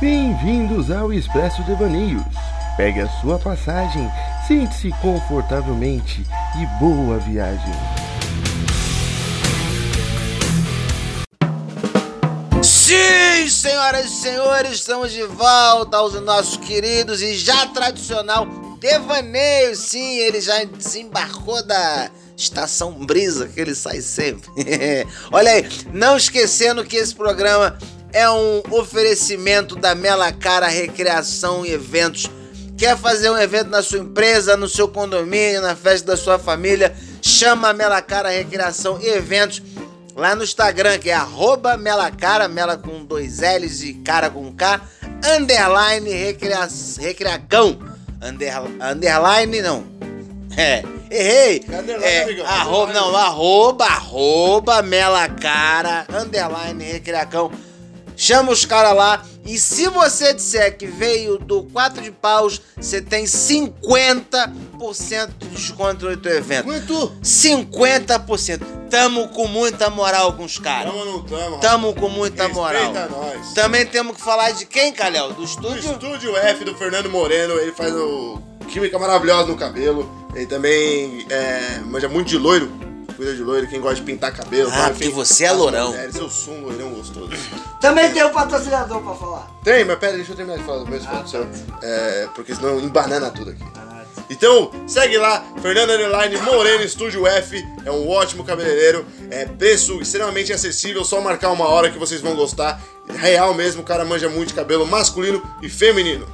Bem-vindos ao Expresso Devaneios. Pegue a sua passagem, sente-se confortavelmente e boa viagem. Sim, senhoras e senhores, estamos de volta aos nossos queridos e já tradicional devaneio. Sim, ele já desembarcou da estação brisa que ele sai sempre. Olha aí, não esquecendo que esse programa é um oferecimento da Mela Cara Recreação e Eventos. Quer fazer um evento na sua empresa, no seu condomínio, na festa da sua família? Chama a Mela Cara Recreação e Eventos lá no Instagram, que é arroba melacara, mela com dois L's e cara com K, underline recrea, recreacão, under, underline não, é, errei, é, arroba, não, arroba, arroba melacara, underline recreacão, chama os caras lá, e se você disser que veio do 4 de paus, você tem 50% de desconto no teu evento. Quanto? 50%. Tamo com muita moral com os caras. Tamo ou não tamo? Tamo com muita moral. Respeita nós. Também temos que falar de quem, Calhau? Do O estúdio? estúdio F do Fernando Moreno, ele faz o Química Maravilhosa no cabelo. Ele também é, manja muito de loiro. Cuida de loiro, quem gosta de pintar cabelo. Ah, tá? porque Enfim, você é as lourão. mulheres, eu sou um loirão gostoso. Também tem um patrocinador pra falar. Tem, mas pera, deixa eu terminar de falar do meu seu. É, porque senão embanana tudo aqui. Então, segue lá, Fernando Underline Moreno Estúdio F, é um ótimo cabeleireiro, é preço extremamente acessível, só marcar uma hora que vocês vão gostar. Real mesmo, o cara manja muito de cabelo masculino e feminino.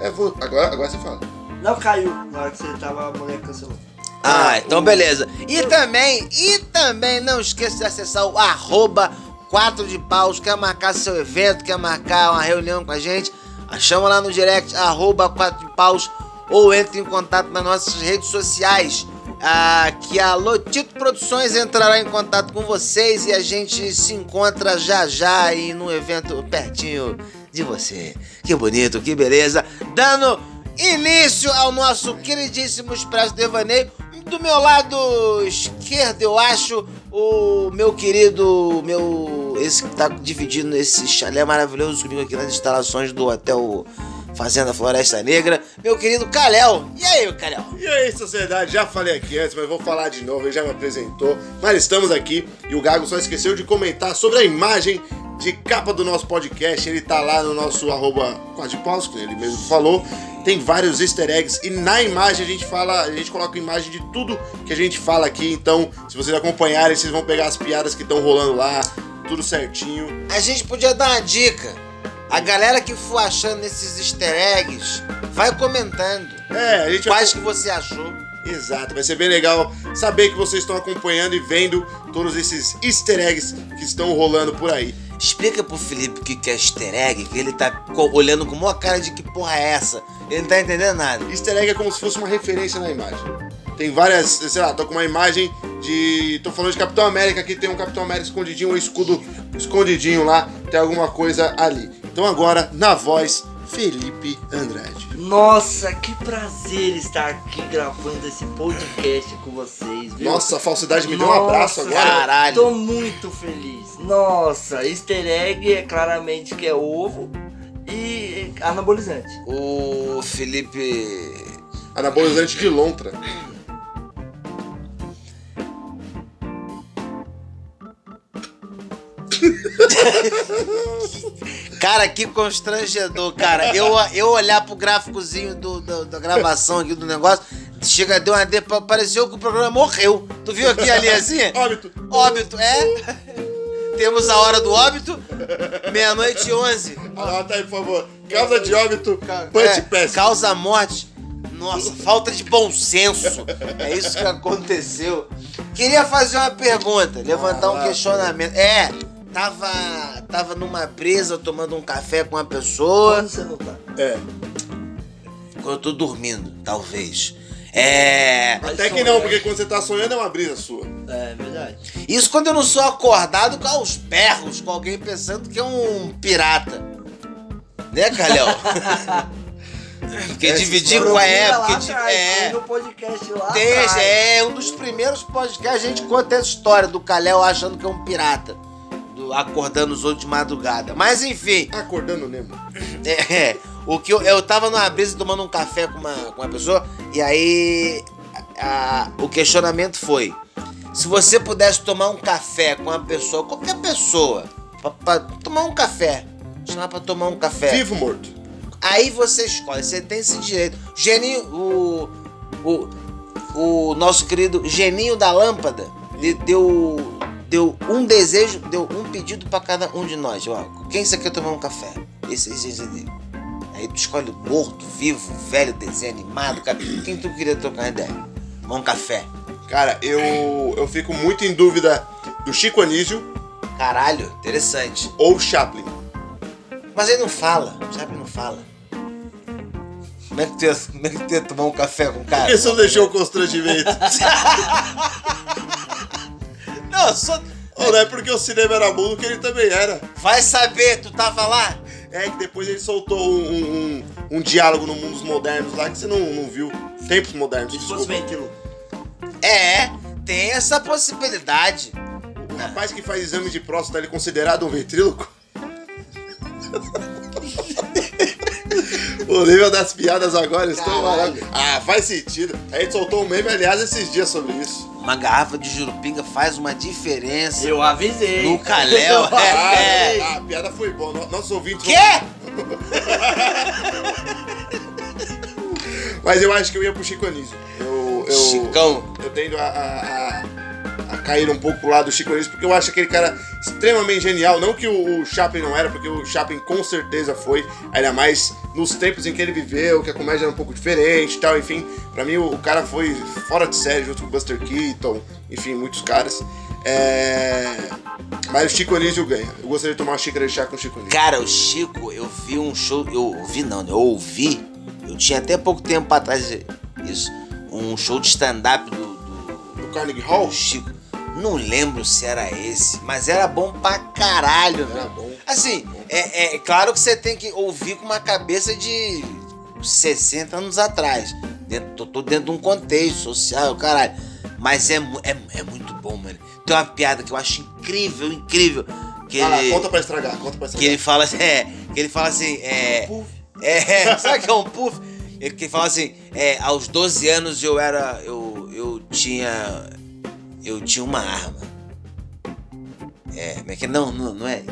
É, vou, agora, agora você fala. Não caiu na hora que você tava, a mulher cancelou. Ah, então beleza. E também, e também não esqueça de acessar o arroba 4 de paus, quer marcar seu evento, quer marcar uma reunião com a gente, chama lá no direct, arroba 4 de paus, ou entre em contato nas nossas redes sociais. ah, que a Lotito Produções entrará em contato com vocês e a gente se encontra já já aí num evento pertinho de você. Que bonito, que beleza. Dando início ao nosso queridíssimo Expresso Devaneio. Do meu lado esquerdo, eu acho, o meu querido, meu esse que tá dividindo esse chalé maravilhoso comigo aqui nas instalações do Hotel Fazenda Floresta Negra, meu querido Kalel. E aí, Kalel? E aí, sociedade, já falei aqui antes, mas vou falar de novo, ele já me apresentou. Mas estamos aqui e o Gago só esqueceu de comentar sobre a imagem de capa do nosso podcast. Ele tá lá no nosso arroba quadripaus, que ele mesmo falou. Tem vários easter eggs e na imagem a gente fala, a gente coloca imagem de tudo que a gente fala aqui. Então, se vocês acompanharem, vocês vão pegar as piadas que estão rolando lá, tudo certinho. A gente podia dar uma dica. A galera que for achando esses easter eggs, vai comentando. É, a gente vai- Quais que você achou? Exato, vai ser bem legal saber que vocês estão acompanhando e vendo todos esses easter eggs que estão rolando por aí. Explica pro Felipe o que que é easter egg, que ele tá co- olhando com uma cara de que porra é essa. Ele não tá entendendo nada. Easter egg é como se fosse uma referência na imagem. Tem várias, sei lá, tô com uma imagem de. tô falando de Capitão América, aqui tem um Capitão América escondidinho, um escudo escondidinho lá, tem alguma coisa ali. Então agora, na voz, Felipe Andrade. Nossa, que prazer estar aqui gravando esse podcast com vocês, viu? Nossa, a falsidade me deu um abraço Nossa, agora. caralho. Tô muito feliz. Nossa, easter egg é claramente que é ovo e anabolizante. O Felipe. Anabolizante de lontra. Cara, que constrangedor, cara. Eu, eu olhar pro gráficozinho do, do- da gravação aqui do negócio, chega, deu uma de. Pareceu que o programa morreu. Tu viu aqui ali assim? Óbito. Óbito, é? Temos a hora do óbito, meia-noite e onze. Anota aí, por favor. Causa de óbito, punch É, pass. Causa morte. Nossa, falta de bom senso. É isso que aconteceu. Queria fazer uma pergunta, levantar um Ah, questionamento. É, tava, tava numa presa tomando um café com uma pessoa. Quando você não tá? É. Quando eu tô dormindo, talvez. É. Até que não, porque quando você tá sonhando é uma brisa sua. É verdade. Isso quando eu não sou acordado com os berros, com alguém pensando que é um pirata. Né, Calhão? Porque dividir com a época. lá de- atrás, é. põe no podcast lá Desde, atrás. é um dos primeiros podcasts que a gente conta essa história do Kalel achando que é um é pirata. Do, do Acordando os Outros de Madrugada. Mas enfim, Tá Acordando Nemo. é, é, o que eu, eu tava numa brisa tomando um café com uma, com uma pessoa e aí a- o questionamento foi: se você pudesse tomar um café com uma pessoa, qualquer pessoa, pra, pra tomar um café, chamar pra tomar um café. Vivo ou morto? Aí você escolhe, você tem esse direito. Geninho, o. O, o nosso querido Geninho da Lâmpada de- deu, deu um desejo, deu um pedido pra cada um de nós. Ó, quem você quer tomar um café? Esse, esse, esse dele. Aí tu escolhe morto, vivo, velho, desenho animado, cara. Quem tu queria trocar ideia? Tomar um café. Cara, eu, eu fico muito em dúvida do Chico Anísio Caralho, interessante. ou Chaplin. Mas ele não fala, sabe? Não fala. Como é que tu ia, como é que tu ia tomar um café com o cara? Isso deixou o constrangimento. Não, só. Ou não é porque o cinema era mudo que ele também era. Vai saber, tu tava lá? É que depois ele soltou um, um, um- um diálogo no mundo dos modernos lá que você não, não viu. Tempos modernos, desculpa. Infelizmente, Lu. É, tem essa possibilidade. O rapaz que faz exame de próstata, ele é considerado um ventríloco? o nível das piadas agora estão Caralho. maravilhoso. Ah, faz sentido. A gente soltou um meme, aliás, esses dias sobre isso. Uma garrafa de jurupinga faz uma diferença. Eu avisei. No Caléu, Eu Ah, É. avisei. a piada foi boa. No- Nossos ouvintes. Quê? Mas eu acho que eu ia pro Chico Anísio. Eu, eu, Chicão. Eu tendo a, a, a- a cair um pouco pro lado do Chico Anísio, porque eu acho aquele cara extremamente genial. Não que o, o Chaplin não era, porque o Chaplin com certeza foi, ainda mais nos tempos em que ele viveu, que a comédia era um pouco diferente e tal, enfim. Pra mim, o, o cara foi fora de série junto com o Buster Keaton, enfim, muitos caras. É... Mas o Chico Anísio ganha. Eu gostaria de tomar uma xícara de chá com o Chico Anísio. Cara, o Chico, eu vi um show. Eu ouvi, não, né? eu ouvi. Eu tinha até pouco tempo atrás isso. Um show de stand-up do- do, No Carnegie Ó, Hall? o Chico. Não lembro se era esse, mas era bom pra caralho, Era velho. bom. Assim, é, é claro que você tem que ouvir com uma cabeça de 60 anos atrás. Dentro, tô, tô dentro de um contexto social, caralho. Mas é, mu- é, é muito bom, mano. Tem uma piada que eu acho incrível, incrível. Que Ah, ele, conta pra estragar, conta pra que estragar. ele fala assim, é, que ele fala assim, é, Puff. é, sabe o que é um puff? Ele que fala assim, é, aos 12 anos eu era, eu, eu tinha, eu tinha uma arma. É, como é que não, não, não é?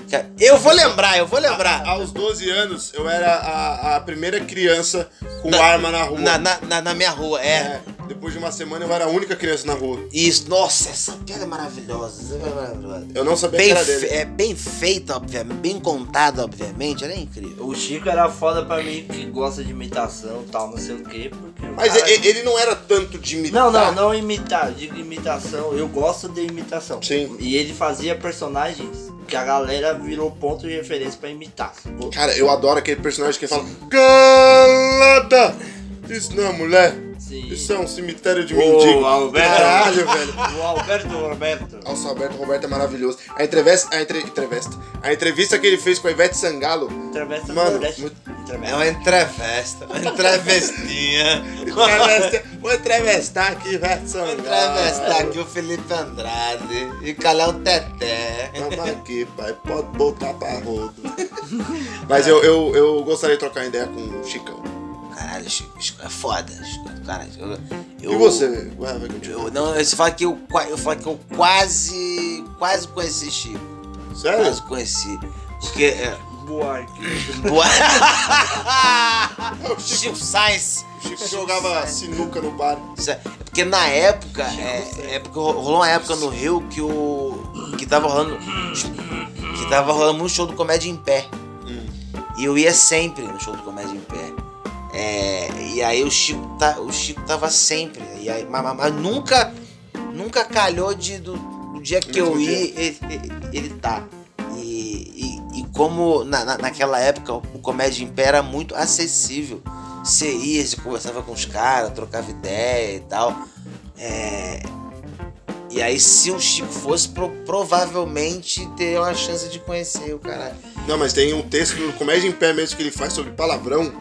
Eu vou lembrar, eu vou lembrar. Aos 12 anos, eu era a, a primeira criança com arma na rua. Na, na, na- na minha rua, é. ah, É, depois de uma semana, eu era a única criança na rua. Isso, nossa, essa piada é maravilhosa, essa piada é maravilhosa. Eu não sabia Bem, que era fe- dele. é bem feita, obviamente, bem contada, obviamente, ela é incrível. O Chico era foda pra mim, que gosta de imitação e tal, não sei o quê. Porque o Mas cara- e- ele não era tanto de imitar. Não, não, não imitar, digo imitação, eu gosto de imitação. Sim. E ele fazia personagens que a galera virou ponto de referência pra imitar. Tipo, sacou? Cara, eu adoro aquele personagem que fala... Calada! Isso não é mulher. Sim. Isso é um cemitério de Ô, mendigo. Alberto. Caralho, velho. O Alberto Roberto. Nossa, o Alberto Roberto é maravilhoso. A entrevista, a, entre, entrevista, a entrevista que ele fez com a Ivete Sangalo. Atravessa do Mano, Nordeste. muito- Atravessa. É uma entrevesta, uma entrevestinha. Entrevista- Vou entrevistar aqui Ivete Sangalo. Entrevistar aqui o Felipe Andrade e calhar o Teté. Tava aqui, pai. Pode botar pra rodo. Mas eu, eu, eu gostaria de trocar ideia com o Chicão. Caralho, Chico, Chico, é foda. Chico, caralho, eu, eu, E você, vai, vai Eu, continuar. não, eu falo que eu, qua- eu, falo que eu quase, quase conheci Chico. Sério? Quase conheci. Porque... É, Buarque. boa... O Chico, Chico Sainz. o Chico jogava sinuca no bar. Isso é- é Porque na época, é, é porque ro- rolou uma época no Rio que o. que tava rolando. que tava rolando muito show do Comédia em Pé. Hum. E eu ia sempre no show do Comédia em Pé. É, e aí o Chico, tá, o Chico tava sempre. E aí, mas, mas- mas nunca. Nunca calhou de, do, do dia que Mesmo eu ia, dia. ele, ele, ele tá. E, e, e como na, na- naquela época o Comédia em Pé era muito acessível. Você ia, você conversava com os caras, trocava ideia e tal. É, E aí, se o Chico fosse, pro- provavelmente teria uma chance de conhecer o cara. Não, mas tem um texto no Comédia em Pé mesmo que ele faz sobre palavrão.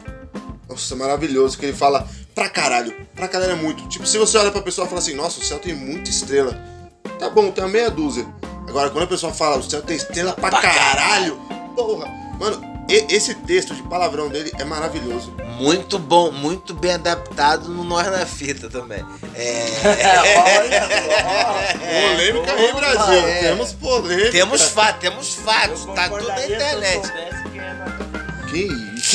Nossa, é maravilhoso. Que ele fala pra caralho. Pra caralho é muito. Tipo, se você olha pra pessoa e fala assim, nossa, o céu tem muita estrela. Tá bom, tem uma meia dúzia. Agora, quando a pessoa fala, o céu tem estrela pra, caralho, porra. Mano, e- esse texto de palavrão dele é maravilhoso. Muito bom, muito bem adaptado no Nós na Fita também. É, Olha só. Polêmica É, aí, Brasil. é. Temos polêmica. temos fato, temos Eu fatos, tá tudo na concordaria se eu internet. soubesse quem era um Que isso?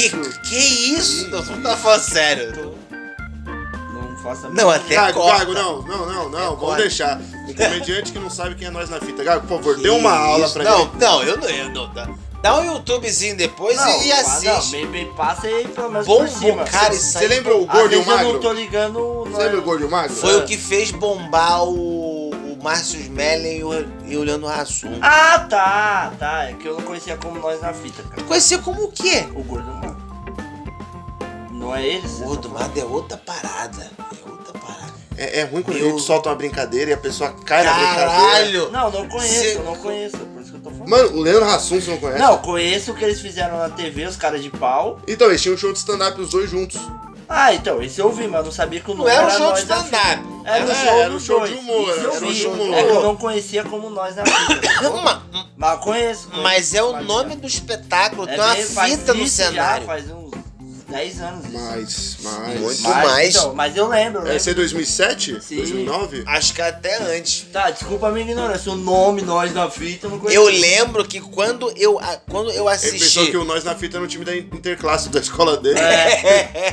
Que, que isso? Não, não tá falando sério. Não faça Não, a mínima até Gago, É corta. É Gago, não, não, não, não, vamos corta. deixar. Um comediante que não sabe quem é nós na fita. Gago, por favor, dê uma aula pra não, ele. Não, eu não, eu não. Dá, dá um YouTubezinho depois Não, e, e mas não, assiste. bem, bem passa aí pelo menos por Bombo, cima. cara, isso Você aí lembra o Às Gordo e o vezes eu não Magro? tô ligando... Você não é- lembra o Gordo e o Magro? foi o que fez bombar o, o Márcio Smelling e o, e o Leandro Hassum. Ah, tá, tá. É que eu não conhecia como nós na fita, cara. Conhecia como o quê? O Gordo Magro. Não é ele? O Gordo Magro é outra parada. É outra parada. É, é ruim quando a Eu- gente solta uma brincadeira e a pessoa cai na brincadeira. Caralho! Não, não conheço, Cê- eu não conheço. é Por isso que eu tô falando. Mano, o Leandro Hassum, você não conhece? Não, conheço o que eles fizeram na TV, os caras de pau. Então, eles tinham um show de stand-up os dois juntos. Ah, então, esse eu vi, mas eu não sabia que o nome Não era um show de Nós na Fita. stand-up. Era um É, show, era um dos show dois. de humor, Isso eu era um vi. show de É que humor. eu não conhecia como nós na fita. Não, ma- mas eu conheço, conheço. Mas é o Mas- nome do espetáculo, É tem uma bem- faz fita no isso Já, cenário. faz uns uns 10 anos isso. Mas, mas... Muito Mas, mais. então, mas eu lembro, eu lembro. Essa é 2007? Sim. 2009? Acho que até antes. Tá, desculpa a minha ignorância. O nome nós na fita eu não conheço. Eu lembro que quando eu, a- quando eu Ele pensou assisti. que o Nós na Fita era um time da interclasse da escola dele. É,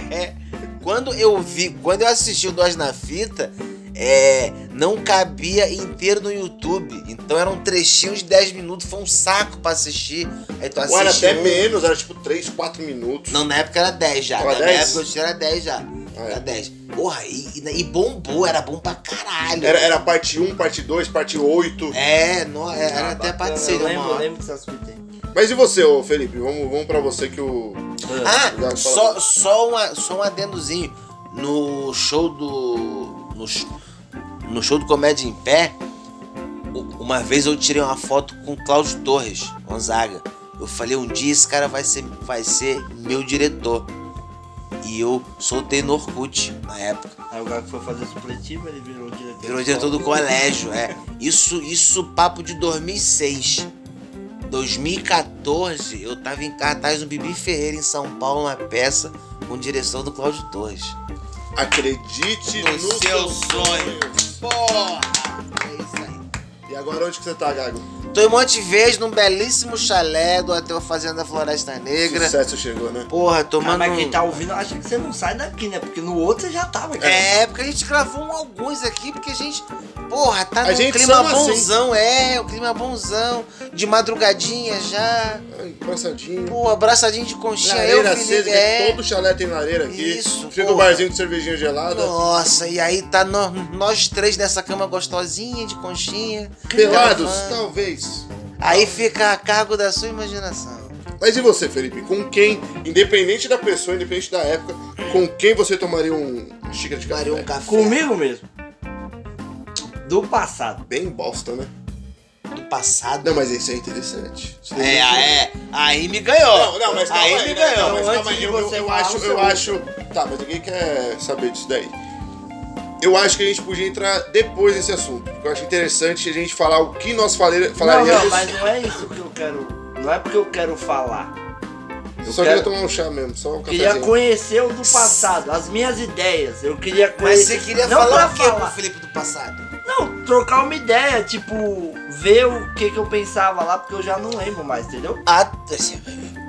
Quando eu vi, quando eu assisti o Nós na Fita, é, não cabia inteiro no YouTube. Então era um trechinho de 10 minutos, foi um saco pra assistir. Aí tu Ou era assistiu. até menos, era tipo 3, 4 minutos. Não, na época era 10 já. Era Na 10? época eu tinha era 10 já. é. Era 10. Porra, e, e- e bombou, era bom pra caralho. Era, era parte 1, parte 2, parte 8. É, no, era Ah, até a bacana, parte 6 Eu da lembro, uma eu hora. lembro dessas fitas aí. Mas e você, ô Felipe? Vamos, vamos pra você que o. Ah, Obrigado, só, fala. só, uma, só um adendozinho. No show do. No, sh- no show do Comédia em Pé, u- uma vez eu tirei uma foto com o Cláudio Torres, Gonzaga. Eu falei, um dia esse cara vai ser, vai ser meu diretor. E eu soltei no Orkut na época. Aí o Gago foi fazer supletivo, ele virou diretor. Virou diretor do colégio, é. Isso, isso papo de 2006. 2014, eu tava em cartaz no Bibi Ferreira, em São Paulo, uma peça com direção do Cláudio Torres. Acredite No no, seu sonho. Porra! É isso aí. E agora onde que você tá, Gago? Tô em um Monte Verde, num belíssimo chalé do Hotel Fazenda Floresta Negra. Sucesso chegou, né? Porra, Ah, tomando. mas quem um- tá ouvindo acha que você não sai daqui, né? Porque no outro você já tava, cara. É, porque a gente gravou um- alguns aqui, porque a gente. Porra, tá A num gente clima são assim. bonzão, é, o clima bonzão. De madrugadinha já. Ai, Engraçadinho. Pô, abraçadinho de conchinha, eu, Lareira Felipe, acesa, é. que todo chalé tem lareira aqui. Isso, Fica o porra. barzinho de cervejinha gelada. Nossa, e aí tá nó- nós três nessa cama gostosinha, de conchinha. Pelados, gravando. talvez. Aí fica a cargo da sua imaginação. Mas e você, Felipe? Com quem, independente da pessoa, independente da época, com quem você tomaria um uma xícara de café? Tomaria um café Comigo mesmo. Do passado. Bem bosta, né? do passado. Não, mas isso é interessante. Isso É, é. Aí me ganhou. Não, não, mas calma aí, me ganhou. Não, mas calma Antes aí, de eu, eu- você eu falar, acho, você eu usa. acho. Tá, mas ninguém quer saber disso daí. Eu acho que a gente podia entrar depois nesse assunto. Porque eu acho interessante a gente falar o que nós falare- Não, falaríamos. não, mas não é isso que eu quero. Não é porque eu quero falar. eu só quero- queria tomar um chá mesmo, só um Eu queria cafezinho. conhecer o do passado, as minhas ideias. Eu queria Mas conhecer. você queria não falar pra o quê pro Felipe do passado? Não, trocar uma ideia, tipo, ver o que que eu pensava lá, porque eu já não lembro mais, entendeu? Ah, você-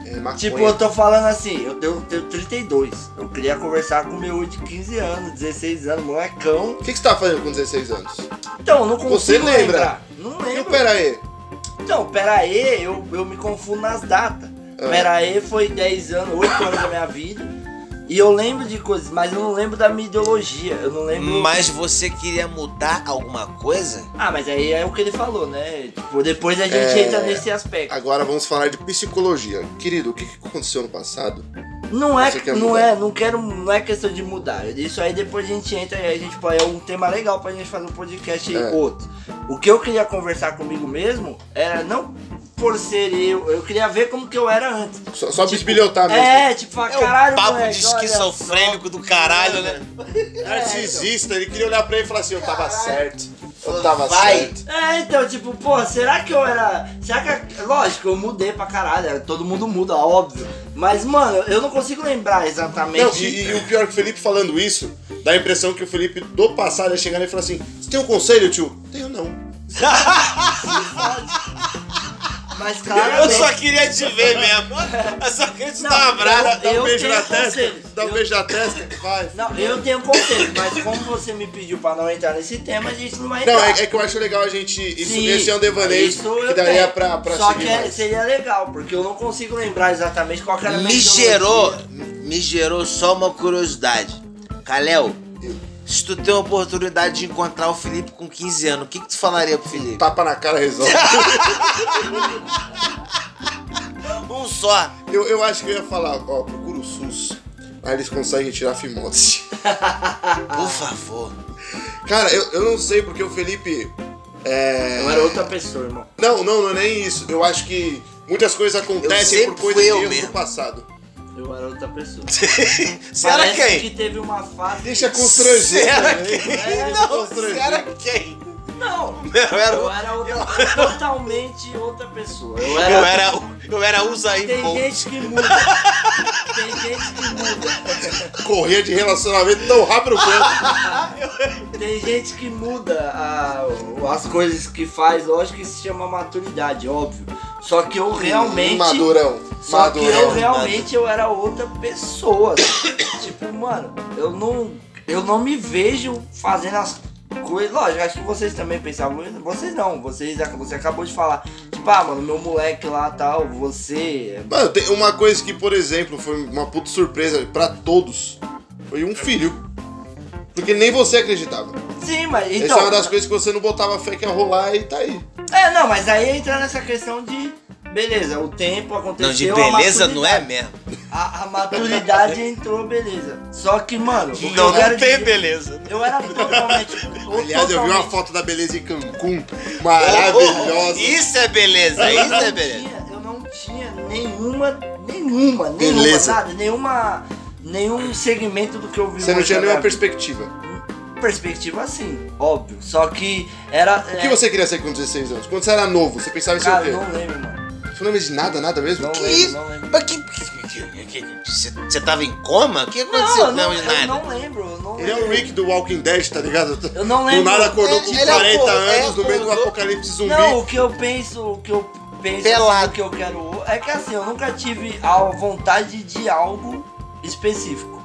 É, maconha. Tipo, eu tô falando assim, eu tenho, tenho 32. Eu queria conversar com meu eu de 15 anos, 16 anos, molecão. O que, que você tá fazendo com 16 anos? Então, eu não consigo Você lembra? lembrar. Não E o lembro. pera aí. Então, pera aí, eu, eu me confundo nas datas. É. Pera aí foi 10 anos, 8 anos da minha vida. E eu lembro de coisas, mas eu não lembro da minha ideologia. Eu não lembro. Mas você queria mudar alguma coisa? Ah, mas aí é o que ele falou, né? Tipo, depois a gente É, entra nesse aspecto. Agora vamos falar de psicologia. Querido, o que, que aconteceu no passado? Não é, Você quer não mudar? é, não quero, não é questão de mudar. Isso aí depois a gente entra e a gente põe é um tema legal pra gente fazer um podcast e É. outro. O que eu queria conversar comigo mesmo era não por ser eu, eu queria ver como que eu era antes. Só, só Tipo, bisbilhotar mesmo. É, tipo, falar, é caralho, o papo moleque, de olha esquizofrênico do caralho, né? Narcisista, ele queria olhar pra ele e falar assim, eu tava certo. Eu tava Vai. certo. É, então, tipo, porra, será que eu era. Será que. a- Lógico, eu mudei pra caralho, era- todo mundo muda, óbvio. Mas, mano, eu não consigo lembrar exatamente. Não, e, e o pior é que o Felipe falando isso, dá a impressão que o Felipe do passado ia chegar nele e falar assim: Você tem um conselho, tio? Tenho não. Mas, cara. Eu só queria te ver mesmo. Eu só queria te dar um abraço. Dá um Eu beijo na tenho testa, conselho. dá um Eu- beijo na testa, vai. Não, eu tenho conselho, mas como você me pediu pra não entrar nesse tema, a gente não vai entrar. Não, é, é que eu acho legal a gente. Isso, então. Sim, esse é um devaneio isso eu que daria tenho. pra, pra Só seguir que é- mais. seria legal, porque eu não consigo lembrar exatamente qual que era tá a Me metodologia. gerou, me gerou só uma curiosidade. Kalel, se tu tem a oportunidade de encontrar o Felipe com 15 anos, o que, que tu falaria pro Felipe? Tá. Tapa na cara resolve. Um só. eu, eu acho que eu ia falar: Ó, procura o SUS. Aí eles conseguem tirar fimose. Por favor. Cara, eu, eu não sei porque o Felipe. É... Eu era outra pessoa, irmão. Não, não, não é nem isso. Eu acho que muitas coisas acontecem sempre por coisa fui eu erros do mesmo. passado. Eu era outra pessoa. Será Parece quem? que teve uma fase. Deixa constranger. Será né? quem? É, Não, constranger. será quem? Não! Eu era, Eu era outra, totalmente outra pessoa. Eu eu era. era, eu era usaí Tem bom. gente que muda. Tem gente que muda. Correr de relacionamento tão rápido quanto. Tem gente que muda a- as coisas que faz. Lógico que isso se chama maturidade, óbvio. Só que eu realmente. Madurão. Só que eu Madurão. realmente eu era outra pessoa. tipo, mano, eu não, eu não me vejo fazendo as coisas. Lógico, acho que vocês também pensavam. isso. Vocês não, vocês, você acabou de falar. Tipo, ah, mano, meu moleque lá tal, você. Mano, tem uma coisa que, por exemplo, foi uma puta surpresa pra todos. Foi um filho. Porque nem você acreditava. Sim, mas Essa é então. uma das coisas que você não botava fé que ia rolar e tá aí. É, não, mas aí entra nessa questão de. Beleza, o tempo aconteceu. Não, de a beleza não é maturidade. mesmo. A, a maturidade entrou, beleza. Só que, mano, o que Não, eu quero não tem dizer- beleza. Eu era totalmente. Aliás, eu vi uma totalmente- foto da beleza em Cancún. Oh, Maravilhosa. oh, Isso é beleza, Eu isso é não beleza. tinha- Eu não tinha nenhuma, nenhuma, nenhuma, Beleza. nada, nenhuma, nenhum segmento do que eu vi. Você não hoje tinha na né? nenhuma minha vida. perspectiva. perspectiva assim, óbvio. Só que era. é, O que você queria ser com 16 anos? Quando você era novo, você pensava em ser o Cara, quê? eu não lembro, mano. Você não lembra de nada, nada mesmo? Não Que lembro, isso? não lembro. Mas que. que- que- que- Você você tava em coma? O que Não, aconteceu? eu não, de eu nada. não lembro. Eu não Ele é lembro. o Rick do Walking Dead, tá ligado? Eu não Do lembro. é, nada acordou com Ele- ele 40 acordou- anos no meio do acordou- apocalipse zumbi. Não, o que eu penso, o que eu penso, Pelado. o que eu quero é que assim, eu nunca tive a vontade de algo específico.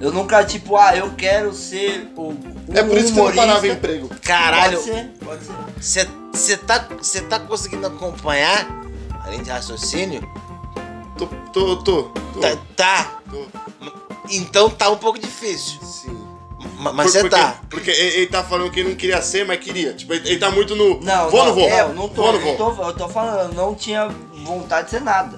Eu nunca, tipo, ah, eu quero ser o. o é por isso que eu não humorista. parava emprego. Caralho, Pode ser, pode ser. você você tá, você tá conseguindo acompanhar, além de raciocínio? Tô, tô, tô. tô, Tá. tá. tô. Então tá um pouco difícil. Sim. Ma- Mas você porque, tá. Porque ele ele tá falando que não queria ser, mas queria. Tipo, ele ele tá muito no. Não, vou ou não, não vou? é, eu não tô, Vou ou não eu vou? tô, eu tô falando, eu não tinha vontade de ser nada.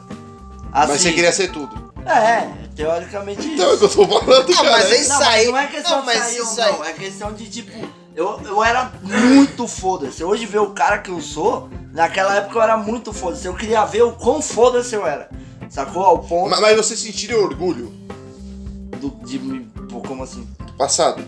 Assim, Mas você queria ser tudo. É, teoricamente Então é o isso. que eu tô falando, Ah, cara. mas é isso não, mas aí. não é questão Não, mas de sair ou isso aí. não, é questão de tipo, eu, eu era muito foda-se. Hoje ver o cara que eu sou, naquela época eu era muito foda-se. Eu queria ver o quão foda-se eu era. Sacou? Ao ponto Mas, mas você sentiria orgulho do, de me. Pô, como assim? do passado?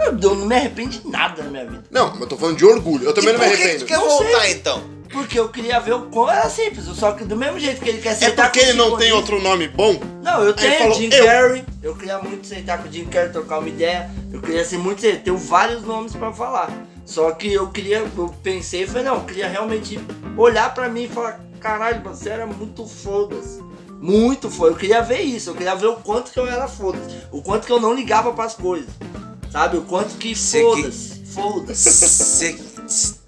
Eu, eu não me arrependo de nada na minha vida. Não, mas eu tô falando de orgulho. Eu também e não me por que que arrependo. tu quer Não sei. voltar então? Porque eu queria ver o quão era simples. Só que do mesmo jeito que ele quer É sentar porque ele não tem outro. outro nome bom? Não, eu tenho falou, Jim eu. Carrey. Eu queria muito sentar com o Jim Carrey, trocar uma ideia. Eu queria ser muito. Eu tenho vários nomes pra falar. Só que eu queria. Eu pensei e falei, não, eu queria realmente olhar pra mim e falar: caralho, mano, você era muito foda-se. Muito foda. Eu queria ver isso. Eu queria ver o quanto que eu era foda-se. O quanto que eu não ligava pras coisas. Sabe? O quanto que Você que- foda-se. Foda-se. Você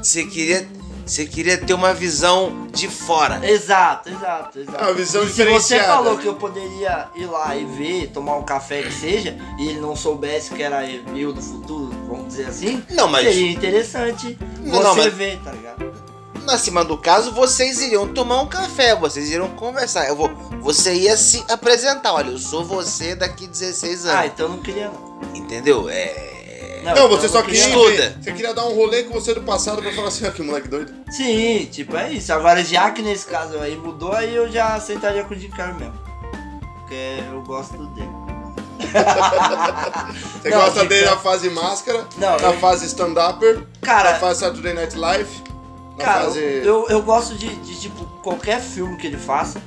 você queria, você queria ter uma visão de fora. Exato, exato, exato. É uma visão e se você diferenciada. né? falou que eu poderia ir lá e ver, tomar um café que seja, e ele não soubesse que era eu do futuro, vamos dizer assim, Não, mas- seria interessante Não, você mas- ver, tá ligado? Na cima do caso, vocês iriam tomar um café, vocês iriam conversar. Eu vou, você ia se apresentar. Olha, eu sou você daqui 16 Ah, anos. então não queria não. Ah, Entendeu? É. Não, então você eu só queria. Estuda. ver- Você queria dar um rolê com você do passado pra falar assim, ó, que moleque doido. Sim, tipo, é isso. Agora, já que nesse caso aí mudou, aí eu já aceitaria com o Jim Carrey mesmo. Porque eu gosto dele. Você Não, gosta gente, dele eu- na fase máscara, Não, na eu- fase stand-upper, Cara- na fase Saturday Night Live, na Cara, fase... eu, eu gosto de, de, tipo, qualquer filme que ele faça.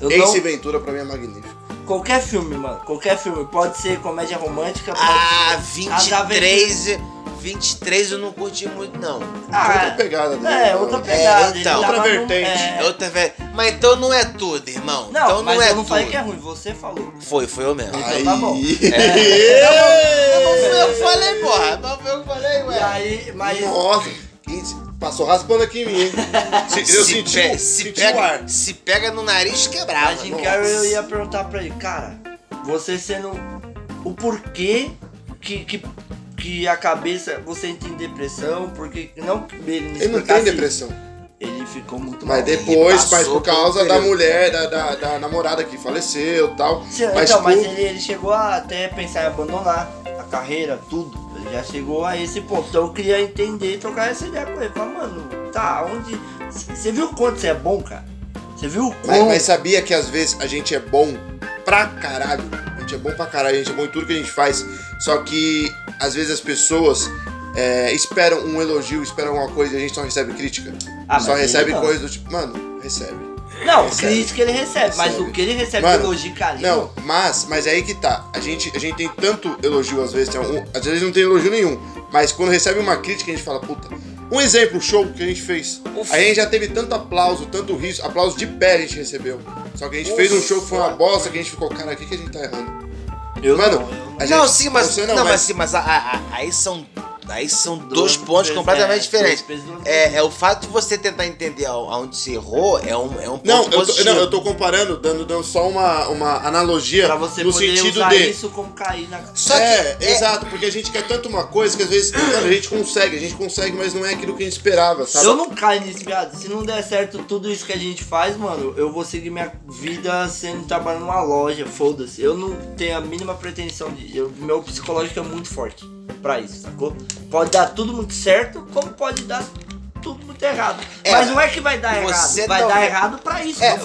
Eu não- Ace Ventura pra mim é magnífico. Qualquer filme, mano. Qualquer filme. Pode ser comédia romântica. pode Ah, ser- As 23. 23 eu não curti muito, não. Ah, outra pegada dele. É, né? outra pegada. ele então. já Outra vai num- vertente. É é. outra vez. Mas então não é tudo, irmão. Não, então mas não é eu não tudo. falei que é ruim, você falou. Foi, foi eu mesmo. Então tá bom. É, Aí. Não fui eu que falei, porra. Não fui eu que falei, E ué. aí, mas. Nossa, gente, passou raspando aqui em mim, hein? Se- se, Eu senti, pe- o- se senti o ar. pega, se pega no nariz, A quebrava. Jim Nossa. Carrey eu ia perguntar pra ele, cara, você sendo o porquê que, que, que a cabeça, você tem depressão, porque não que ele me Ele não tem explicasse depressão. isso. assim. Ele ficou muito mal. Mas depois, mas passou por causa por um da período. mulher, da, da, da namorada que faleceu e tal. Se- Mas, então, mas por- ele, ele chegou a até pensar em abandonar a carreira, tudo. Ele já chegou a esse ponto. Então eu queria entender e trocar essa ideia com ele. Falar, mano, tá, onde. Você viu o quanto você é bom, cara? Você viu o mas, quanto. mas sabia que às vezes a gente é bom pra caralho. A gente é bom pra caralho, a gente é bom em tudo que a gente faz. Só que às vezes as pessoas é, esperam um elogio, esperam alguma coisa e a gente só recebe crítica. Ah, só mas ele recebe não. coisa do tipo, mano, recebe. Não, recebe. crítica ele recebe, mas Recebe. o que ele recebe Mano, elogio carinho. Não, mas, mas é aí que tá. A gente, a gente tem tanto elogio às vezes, tem um- às vezes não tem elogio nenhum. Mas quando recebe uma crítica, a gente fala, puta. Um exemplo, o show que a gente fez. Ufa. A gente já teve tanto aplauso, tanto riso, aplauso de pé a gente recebeu. Só que a gente Ufa. fez um show que foi uma bosta, que a gente ficou, cara, o que, que a gente tá errando? Eu Mano, não, eu não. a gente, Não, sim, mas. você Não, mas, sim, mas a- a- a- aí são. Aí são dois Dois pontos pesos, completamente é, diferentes. dois pesos, dois É, é o fato de você tentar entender aonde se errou é um, é um ponto Não, eu tô, positivo. não, eu tô comparando, dando, dando só uma, uma analogia Pra você no poder sentido usar de. isso como cair na. Só é, que- é- exato, porque a gente quer tanto uma coisa que às vezes mano, a gente consegue, a gente consegue, mas não é aquilo que a gente esperava, sabe? Eu não caio nisso, viado. Se não der certo tudo isso que a gente faz, mano, eu vou seguir minha vida sendo trabalhando numa loja, foda-se. Eu não tenho a mínima pretensão de. eu- meu psicológico é muito forte pra isso, sacou? Pode dar tudo muito certo, como pode dar tudo muito errado. É, Mas não é que vai dar você errado. Vai não- dar errado pra isso É, que eu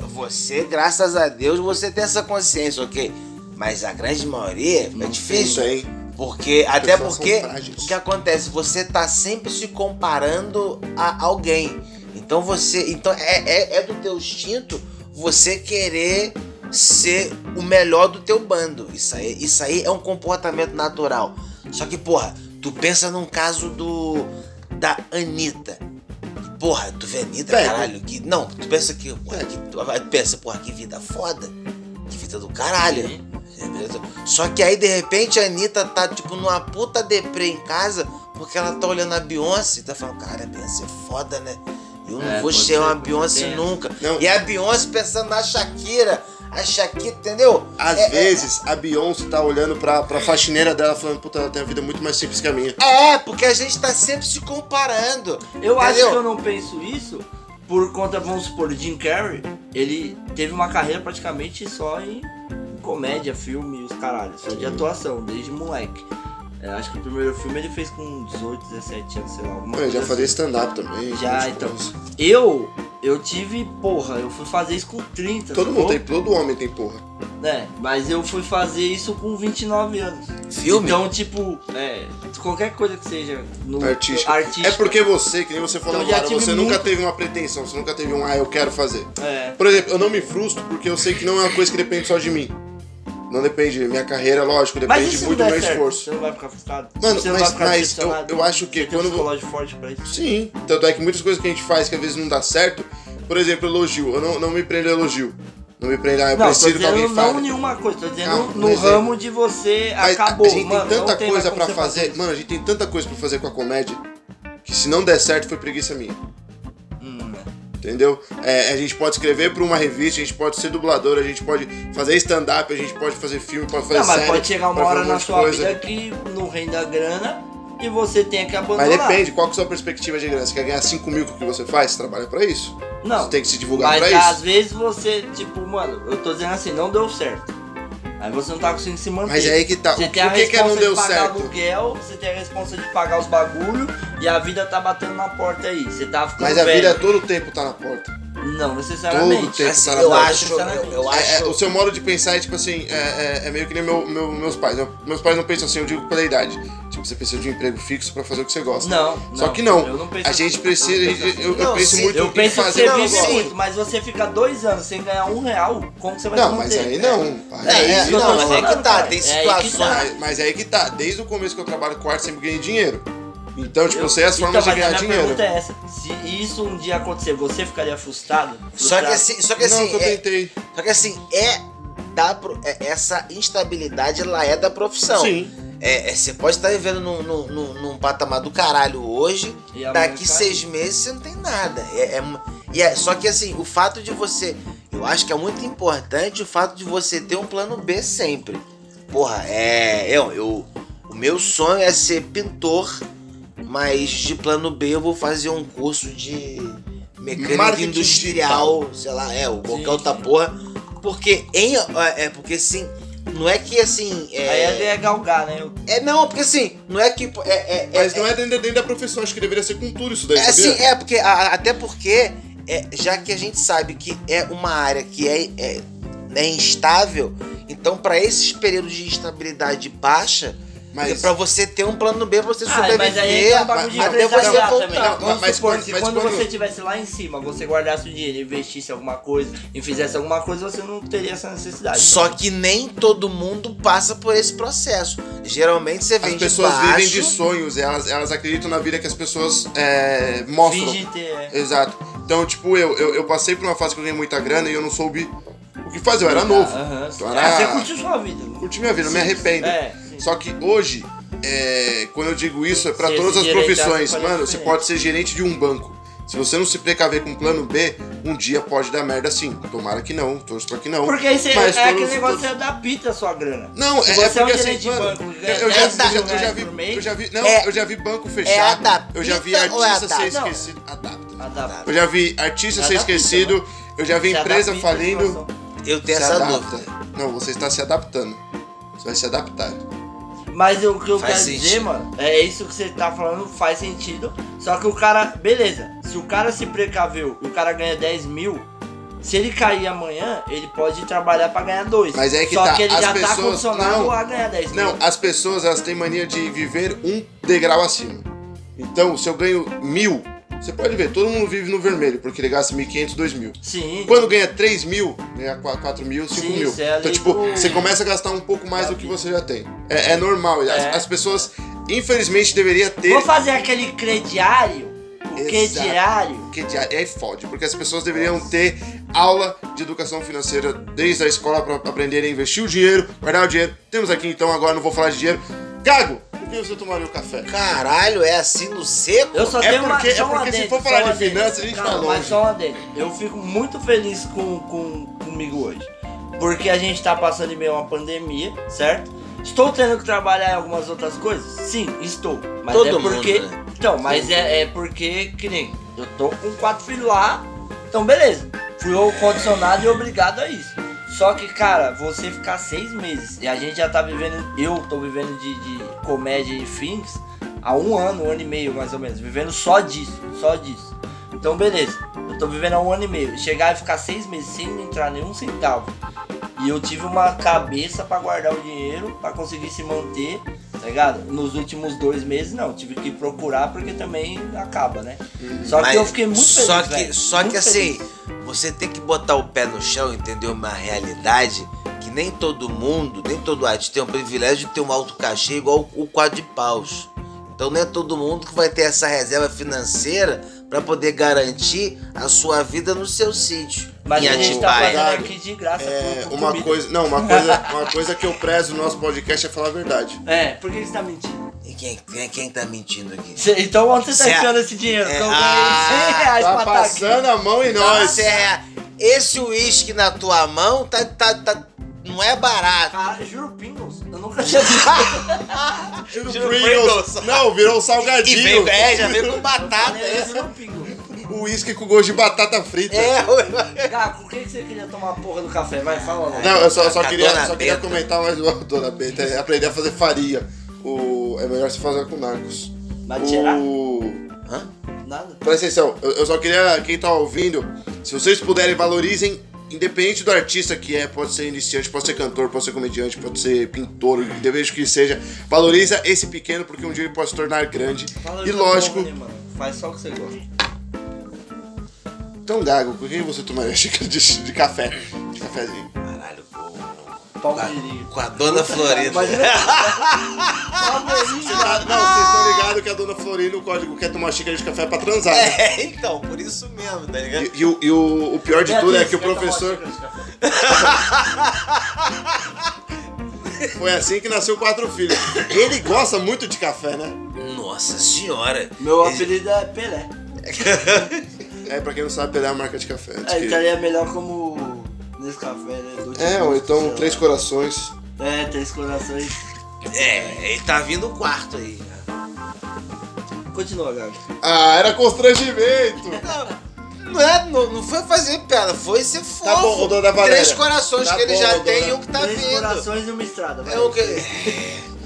você, você, graças a Deus, você tem essa consciência, ok? Mas a grande maioria é Isso difícil. aí. Porque, até pessoas são porque, frágeis. o que acontece? Você tá sempre se comparando a alguém. Então você. Então é, é, é do teu instinto você querer ser o melhor do teu bando. Isso aí, isso aí é um comportamento natural. Só que, porra, tu pensa num caso do. da Anitta. Porra, tu vê Anitta, Pega. caralho, que. Não, tu pensa que. Porra, que tu pensa, porra, que vida foda. Que vida do caralho. Entendeu? Só que aí de repente a Anitta tá tipo numa puta deprê em casa porque ela tá olhando a Beyoncé e tá falando, cara, a Beyoncé é foda, né? Eu não É, vou pode ser uma ser, pode Beyoncé ser. nunca. Não. E a Beyoncé pensando na Shakira. A Shakira, entendeu? Às É- vezes a Beyoncé tá olhando pra, pra faxineira dela falando, puta, ela tem uma vida muito mais simples que a minha. É, porque a gente tá sempre se comparando. Eu acho entendeu? que eu não penso isso por conta, vamos supor, Jim Carrey, ele teve uma carreira praticamente só em comédia, filme e os caralhos, só de atuação, desde moleque. É, acho que o primeiro filme ele fez com 18, 17 anos, sei lá, alguma Eu coisa já assim. fazia stand-up também. Já, tipo, então. Eu, eu tive, porra, eu fui fazer isso com 30, Todo sacou? mundo tem, todo homem tem porra. É, mas eu fui fazer isso com 29 anos. Filme? Então, tipo, é, qualquer coisa que seja no Artístico. artístico, É porque você, que nem você falou Então, já agora, tive você nunca muito- teve uma pretensão, você nunca teve um, ah, eu quero fazer. é, Por exemplo, eu não me frustro porque eu sei que não é uma coisa que depende só de mim. Não depende da minha carreira, lógico, Mas depende isso muito do não meu der certo, esforço. Você não vai ficar frustrado. Mano, você não mas- vai ficar mas decepcionado. eu- eu acho que você tem um quando- psicológico forte pra isso. Sim, tanto é que muitas coisas que a gente faz que às vezes não dá certo, por exemplo, elogio. Eu não, não me prendo a elogio. Não me prendo, ah, eu não, tô preciso que dizendo alguém não fale. nenhuma coisa, tô dizendo Não, no um exemplo. ramo de você Mas acabou. a gente mano, tem tanta não tem mais coisa como pra você fazer. Mano, a gente tem tanta coisa pra fazer com a comédia que se não der certo foi preguiça minha. Hum, Entendeu? É, a gente pode escrever pra uma revista, a gente pode ser dublador, a gente pode fazer stand-up, a gente pode fazer filme, pode fazer não, mas série, pode chegar uma pode fazer hora um na monte de sua coisa. vida que não rende a grana e você tem que abandonar. Mas depende, qual que é a sua perspectiva de grana? Você quer ganhar 5 mil com o que você faz? Você trabalha pra isso? Não. Você tem que se divulgar Mas pra às isso? vezes você, tipo, mano, eu tô dizendo assim, não deu certo. Aí você não tá conseguindo se manter. Mas é aí que tá. Você o tem a que que responsa não de deu pagar certo? aluguel, você tem a responsa de pagar os bagulho e a vida tá batendo na porta aí. Você tá ficando Mas a velho. vida todo o tempo tá na porta. Não necessariamente. Todo tempo Assim, tá na eu não boca. acho, eu, eu É, é, acho. o seu modo de pensar é tipo assim, é, é- é meio que nem meu- meu- meus pais. Eu- meus pais não pensam assim, eu digo pela idade. Tipo, você precisa de um emprego fixo pra fazer o que você gosta. Não, Só não. que não. Eu não penso a gente assim. precisa. Eu Eu, não penso assim. eu Não, penso sim, muito Eu em penso que fazer você o que eu vive gosto. muito, mas você fica dois anos sem ganhar um real, como que você vai Não, se mas manter? aí não. Aí- É, é, aí eu tô não, mas é que falando, tá, cara. tem É aí que situações. Mas- Mas aí que tá, desde o começo que eu trabalho com arte, sempre ganhei dinheiro. Então, tipo, Eu- eu sei as formas então, de mas a ganhar minha dinheiro. pergunta é essa. Se isso um dia acontecer, você ficaria frustrado? Só que Frustrado? assim, só que não, assim, que eu é- tentei. só que assim, é da pro- é- essa instabilidade ela é da profissão. Sim. É, é, você pode estar vivendo num, num- num- num patamar do caralho hoje, E amanhã daqui cai. seis meses você não tem nada. É, é um- e é- só que assim, o fato de você. Eu acho que é muito importante o fato de você ter um plano B sempre. Porra, é. Eu, eu, o meu sonho é ser pintor, mas de plano B eu vou fazer um curso de mecânica Marketing industrial, sei lá, é, ou qualquer Sim, outra sim. porra. Porque em. É, porque sim. Não é que assim. é- Aí é, é galgar, né? Eu- é não, porque assim, não é que. É, é, é, Mas não é dentro, dentro da profissão, acho que deveria ser com tudo isso daí, é assim, sabia? é porque. a- a- até porque, é, já que a gente sabe que é uma área que é, é, é instável, então para esses períodos de instabilidade baixa, é Mas, para você ter um plano B pra você Ah, sobreviver. mas aí é um bagulho de mas- até você empresariar voltar. também. Não, Vamos mas supor, quando- se mas quando, quando- você estivesse lá em cima, você guardasse o dinheiro, investisse em alguma coisa e fizesse alguma coisa, você não teria essa necessidade. Só que nem todo mundo passa por esse processo. Geralmente você vem as de pessoas baixo, vivem de sonhos, elas, elas acreditam na vida que as pessoas é, mostram. Finge ter... é. Exato. Então, tipo, eu, eu, eu passei por uma fase que eu ganhei muita grana e eu não soube o que fazer, eu era novo. Aham. Então É, era- Você curtiu sua vida. Curti minha vida, não me Sim, arrependo. é, sim. Só que hoje, é, quando eu digo isso, é pra Se todas esse as gerente profissões. acha que Mano, pode você ser. pode ser gerente de um banco. Se você não se precaver com um plano B, um dia pode dar merda sim. Tomara que não, torço pra que não. Porque aí você, é Mas aquele todos- negócio todos- que adapta a sua grana. Não, Se é, você é porque é um assim, gerente de mano, banco, É, tá, eu, eu já, ganha eu, já, 10 eu já reais vi, por mês, eu já vi, não, É- eu já vi banco é fechado, adapta eu já vi ou é artista ser adapta? então, Não. esquecido, adapta. Adapta. eu já vi artista ser Adapta, esquecido, eu já vi Se empresa adapta à falindo, situação. eu se tenho é essa adapta. dúvida. Não, você está se adaptando. Você vai se adaptar. Mas o que eu Faz quero sentido. dizer, mano, é isso que você tá falando faz sentido. Só que o cara, beleza, se o cara se precaveu e o cara ganha 10 mil, se ele cair amanhã, ele pode trabalhar pra ganhar 2. Mas é que Só tá, que ele as já tá pessoas- condicionado não. a ganhar 10 mil. Não, as pessoas elas têm mania de viver um degrau acima. Então, se eu ganho mil, você pode ver, todo mundo vive no vermelho, porque ele gasta 1.500, 2.000. Sim. Quando ganha 3 mil, né, ganha 4 mil, 5 Sim, mil. isso é a Então, lei tipo, do- você começa a gastar um pouco mais da do que vida. você já tem. É, é normal. As, É. as pessoas, infelizmente, deveria ter. Vou fazer aquele crediário. O Exato. crediário. Porque de- aí é, fode, porque as pessoas deveriam ter aula de educação financeira desde a escola para aprenderem a investir o dinheiro, guardar o dinheiro. Temos aqui então, agora não vou falar de dinheiro. Gago, por que você tomaria o café? Caralho, é assim no seco? Eu só É tenho uma- porque- é só um porque se adendo, for só falar um de adendo. finanças, a gente Calma, vai longe. Mas só um adendo. Eu fico muito feliz com, com, comigo hoje. Porque a gente tá passando em meio a uma pandemia, certo? Estou tendo que trabalhar em algumas outras coisas? Sim, estou. Mas Todo é mundo, porque. né? Então, mas é, é porque, que nem. Eu tô com quatro filhos lá, então beleza. Fui eu condicionado e obrigado a isso. Só que, cara, você ficar seis meses e a gente já tá vivendo. Eu tô vivendo de, de comédia e fins há um ano, um ano e meio mais ou menos. Vivendo só disso, só disso. Então, beleza. Eu tô vivendo há um ano e meio. Chegar e ficar seis meses sem entrar nenhum centavo. E eu tive uma cabeça pra guardar o dinheiro, pra conseguir se manter, tá ligado? Nos últimos dois meses, não. Tive que procurar porque também acaba, né? Só Uhum. que Mas eu fiquei muito feliz. Só que, velho. só Muito que assim, feliz. você tem que botar o pé no chão, entender uma realidade que nem todo mundo, nem todo artista tem o privilégio de ter um alto cachê igual o quadro de paus. Então não é todo mundo que vai ter essa reserva financeira para poder garantir a sua vida no seu sítio. Mas em a gente tá Atibaia. fazendo aqui de graça. É, por- por uma comida. coisa. Não, uma coisa, uma coisa que eu prezo no nosso podcast é falar a verdade. É, por que você tá mentindo? E quem, quem, quem tá mentindo aqui? Cê- então onde você tá Cê- enfiando esse dinheiro? é, então eu ah, ganhei 100 reais Tá pra tá aqui. passando a mão em nós. Nossa, é, esse uísque na tua mão tá, tá, tá, não é barato. Cara, Ah, juro Pingles, eu nunca tinha visto. Juro, Juro, Pringles. Pringles. Não, virou um E salgadinho. veio, é, já veio com batata. né? Eu é. juro Pringles. Uísque com gosto de batata frita. É, Gago, por que que você queria tomar a porra do café? Vai, fala lá. Não, eu só, eu só A queria, Dona só queria Benta. comentar mais uma dona Benta, é aprender a fazer farinha. O, é melhor se fazer com narcos. Mas tirar? O, Hã? Nada. presta atenção, eu, eu só queria, quem tá ouvindo, Se vocês puderem, valorizem, independente do artista que é, pode ser iniciante, pode ser cantor, pode ser comediante, pode ser pintor, independente do que seja, valoriza esse pequeno porque um dia ele pode se tornar grande. Fala e da lógico, porra, né, mano? Faz só o que você gosta. então Gago, com quem você tomaria xícara de, de café? De cafezinho. Caralho, pô. Pau Com a, querido. com a dona Florinda. Imagina. Você tá- não, vocês estão ligados que a dona Florinda, o código, quer tomar xícara de café pra transar. né? É, então, por isso mesmo, tá ligado? É. E, e o, e o- o pior de tudo assim, é que o professor. Foi assim que nasceu quatro filhos. Ele gosta muito de café, né? Nossa senhora. Meu Esse- apelido é Pelé. É, pra quem não sabe, ele é a marca de café. Diz É, que- então ele é melhor como nesse café, né? Do É, tipo, ou sei então lá. Três Corações. É, três corações. É, ele tá vindo o quarto aí. Continua, Gabi. Ah, era constrangimento! Não, não, é, não, não foi fazer piada, foi ser fofo. Tá bom, ô, dona Valéria. Três corações Tá que ele bom, já dona- tem e um que tá três vindo. corações e uma estrada. vai. É o que...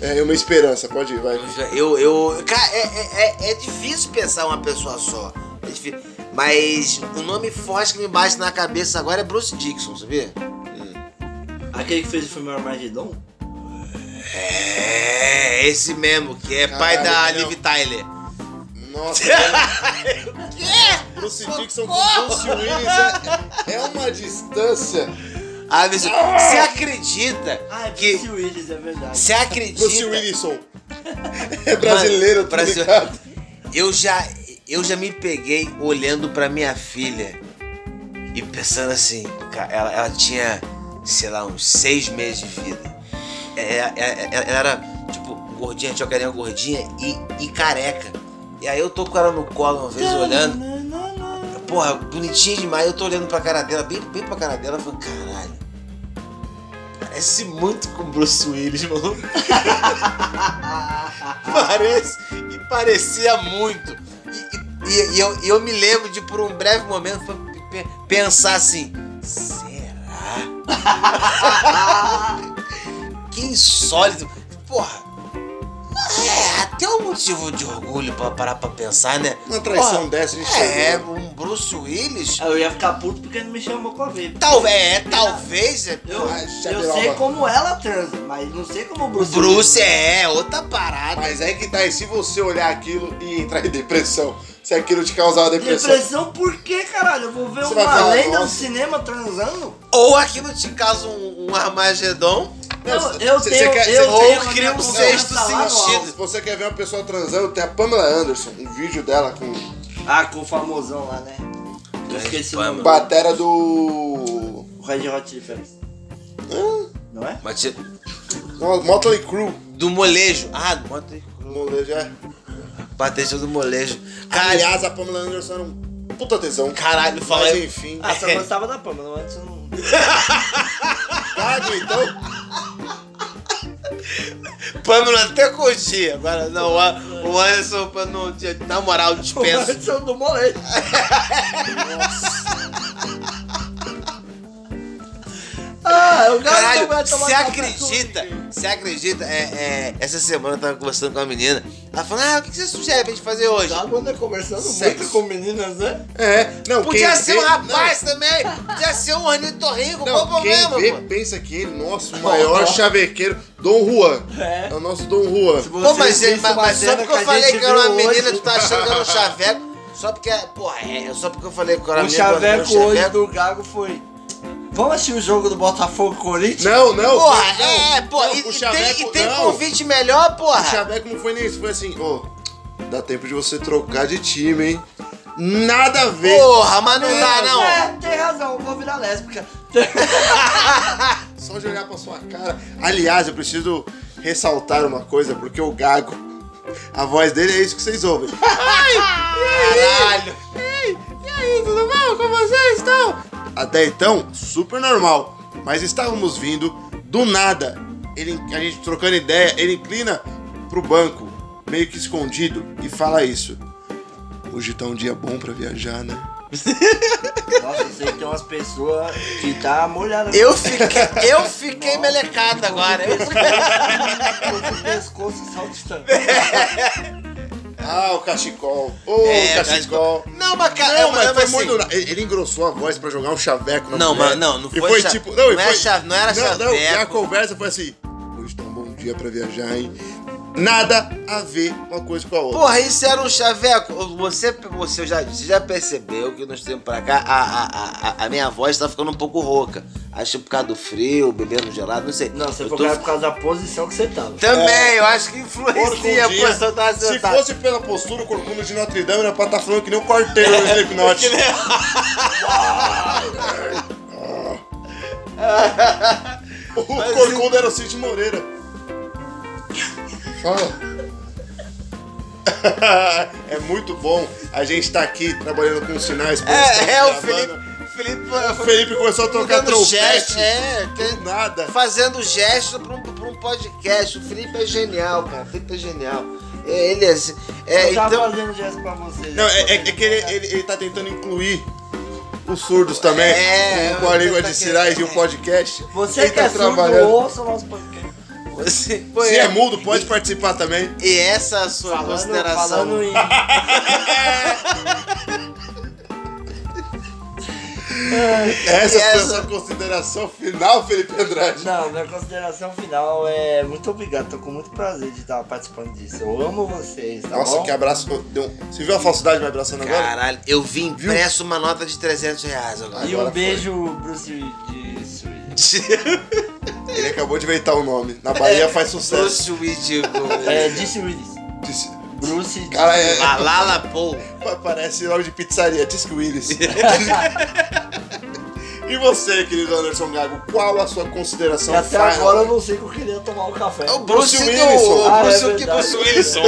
É uma esperança, pode ir, vai. Eu, eu, cara, é, é- é, é difícil pensar uma pessoa só. É difícil. Mas o nome forte que me bate na cabeça agora é Bruce Dixon, sabia? Aquele que fez o filme Armagedon? É, esse mesmo, que é pai da Caralho, Liv Tyler. Nossa, cara, Quê? Bruce Socorro! Dixon com Bruce Willis é, é uma distância. Ah, mas você acredita Ah, é que. Bruce Willis, é verdade. Você acredita. Bruce Willisson. É brasileiro, tá Brasil- ligado? Eu já, eu já me peguei olhando pra minha filha e pensando assim, ca- ela, ela tinha, sei lá, uns seis meses de vida. É- é- é- Ela, era, tipo, gordinha, tinha carinha gordinha e, e careca. E aí eu tô com ela no colo uma vez olhando. Porra, bonitinha demais. Eu tô olhando pra cara dela, bem, bem pra cara dela, falando, caralho. Parece muito com o Bruce Willis, maluco. Parece. E parecia muito. E, e- e eu, e eu me lembro de, por um breve momento, fa- pe- pensar assim: será? que insólito. Porra. É, até um motivo de orgulho pra parar pra pensar, né? Uma traição Porra, dessa, a gente tá É, chegou. um Bruce Willis? Ah, Eu ia ficar puto porque não me chamou pra ver. Talvez, é, talvez. é- Eu, Tá. Ah, eu Chapiralba. sei como ela transa, mas não sei como o O Bruce. Bruce é outra parada. Mas é que tá, e se você olhar aquilo e entrar em depressão? Se aquilo te causava Willis. depressão? Depressão por quê, caralho? Eu vou ver Você vai uma falar, lenda no nossa. cinema transando? Ou aquilo te causa um, um Armagedon. Não, Não, eu cê- cê tenho. quer- eu cê- ou tenho a cria minha um confiança sexto lá no alto. sentido. Se você quer ver uma pessoa transando, tem a Pamela Anderson, um vídeo dela com Ah, com o famosão lá, né? Eu É, esqueci o nome. batera do. O Red Hot Chili Peppers. Hã? Não é? Mas ti- Mo- Motley Crue. Do molejo. Ah, do molejo. Molejo, é. Patrícia do molejo. Caralho, Aliás, a Pamela Anderson era um puta tesão. caralho, fala Mas aí. enfim. É. Ah, só gostava da Pamela, mas isso não. Gago, então. Pâmela até curtia. Agora não, o A- o Anderson, pra não- de- na moral, Pensa. dispensa. do moleque. Ah, eu Caralho, você acredita? Você acredita? É, é, essa semana eu tava conversando com uma menina. Ela falou, ah, o que que você sugere pra gente fazer hoje? Já quando é conversando Sexo. muito com meninas, né? É, não, Podia quem ser vê- um rapaz também. Podia ser um ornitorrinco. Não, Qual o não quem problema, vê, pô? pensa que ele, nosso maior chavequeiro, Dom Juan. É. É o nosso Dom Juan. Se Pô, você mas, é, visse mas- é uma mas só cena porque eu a falei gente que era uma viu hoje- menina, tu tá achando que era um chaveco. Só porque, porra, é, só porque eu falei que era né? O menina, eu era um chaveco hoje do Gago foi. Vamos assistir o jogo do Botafogo Corinthians? Não, não. Porra, não, é, não, pô, não, e, o e chaveco, tem, e tem não. convite melhor, O porra. Chaveco não foi nem isso, foi assim, ô, dá tempo de você trocar de time, hein? Nada a ver. Porra, mas não dá, não. É, tem razão, vou virar lésbica. Só de olhar pra sua cara. Aliás, eu preciso ressaltar uma coisa, porque o Gago, a voz dele é isso que vocês ouvem. Caralho. e aí, tudo bom? Como vocês estão? Até então, super normal. Mas estávamos vindo, do nada, ele, a gente trocando ideia, ele inclina pro banco, meio que escondido, e fala isso. Hoje tá um dia bom pra viajar, né? Nossa, eu sei que tem umas pessoas que tá molhada. Eu fiquei, eu fiquei melecado agora. Eu- com o pescoço saltitando. Ah, o cachecol. Ô, É, o cachecol. Não, mas cara, Não, mas eu- foi assim, muito. na- Ele ele engrossou a voz pra jogar um chaveco na Não, mulher. mas não, não E foi foi cha- tipo. Não, e não é foi... cha- não era Não, e a chaveco. conversa foi assim. Hoje tá um bom dia pra viajar, hein? Nada a ver uma coisa com a outra. Porra, isso era um chaveco. Você, você, já, você já percebeu que nos tempos pra cá a, a, a, a minha voz tá ficando um pouco rouca. Acho que por causa do frio, bebendo gelado, não sei. Não, você Eu foi tô- cara por causa da posição que você tá. tava. Também, É. eu acho que um influencia a Corcundinha. posição da é Se sentada. fosse pela postura, o corcunda de Notre Dame era pra estar falando que nem o quarteiro do Slipknot. O corcunda era o Cid Moreira. Fala. é muito bom. A gente tá aqui trabalhando com sinais. por isso É, tá é o gravando. Felipe. Felipe, O Felipe começou a tocar Mudando trompete. gesto, é, tem- Do nada. fazendo gesto pra um, pra um podcast. O Felipe é genial, cara. O Felipe é genial. É, Ele é. assim- é, eu tava então, fazendo gesto pra vocês. né? Não, é, é- é que ele, ele, ele tá tentando incluir os surdos também É, com, com a eu- língua eu tô de sinais de um podcast. Você Ele que tá é surdo, trabalhando. ouça o nosso podcast. você. Se é mudo, pode participar também. E essa sua Falando- consideração. Falando em... Essa foi a Essa- sua consideração final, Felipe Andrade. Não, minha consideração final é muito obrigado, tô com muito prazer de estar participando disso. Eu amo vocês, tá Nossa, bom? que abraço. Deu... Você viu a falsidade me abraçando agora? Caralho, eu vi impresso uma nota de 300 reais agora. E Agora um foi. beijo, Bruce de Suíça. Ele acabou de inventar o nome. Na Bahia faz sucesso. Bruce Widigo. É, disse Willis. Disse- Bruce de Cara, é- Malala Pou. Pa- Parece nome de pizzaria, Disque Willis. e você, querido Anderson Gago, qual a sua E consideração até final? agora eu não sei que eu queria tomar o café. É o Bruce, Bruce Wilson. Wilson. O Ah, Bruce, é que verdade. Bruce Wilson.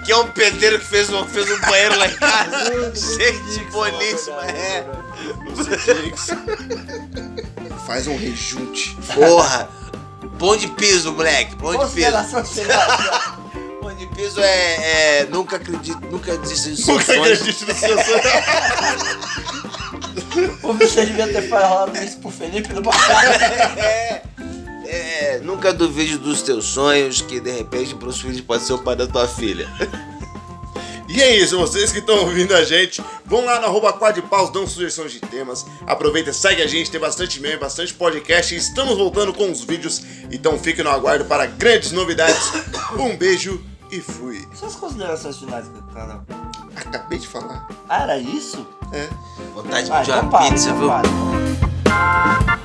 que é um pedreiro que fez um, fez um banheiro lá em casa. Gente boníssima, é. Dix. Faz um rejunte. Porra. Bom de piso, moleque. Bom de piso. Consideração final. Bom de piso é. é, nunca acredito, nunca desisto dos seus Nunca sonhos. acredite no seu sonho. O Vicente devia ter falado isso pro Felipe no passado. É, nunca duvide dos teus sonhos, que de repente Bruce Willis pode ser o pai da tua filha. E é isso, vocês que estão ouvindo a gente, vão lá no arroba quadpaus, dão sugestões de temas. Aproveita, segue a gente, tem bastante meme, bastante podcast. E estamos voltando com os vídeos, então fique no aguardo para grandes novidades. Um beijo e fui. Suas considerações finais, canal. Acabei de falar. Ah, era isso? É. Vontade de Ah, pedir então uma para, pizza, então viu? para.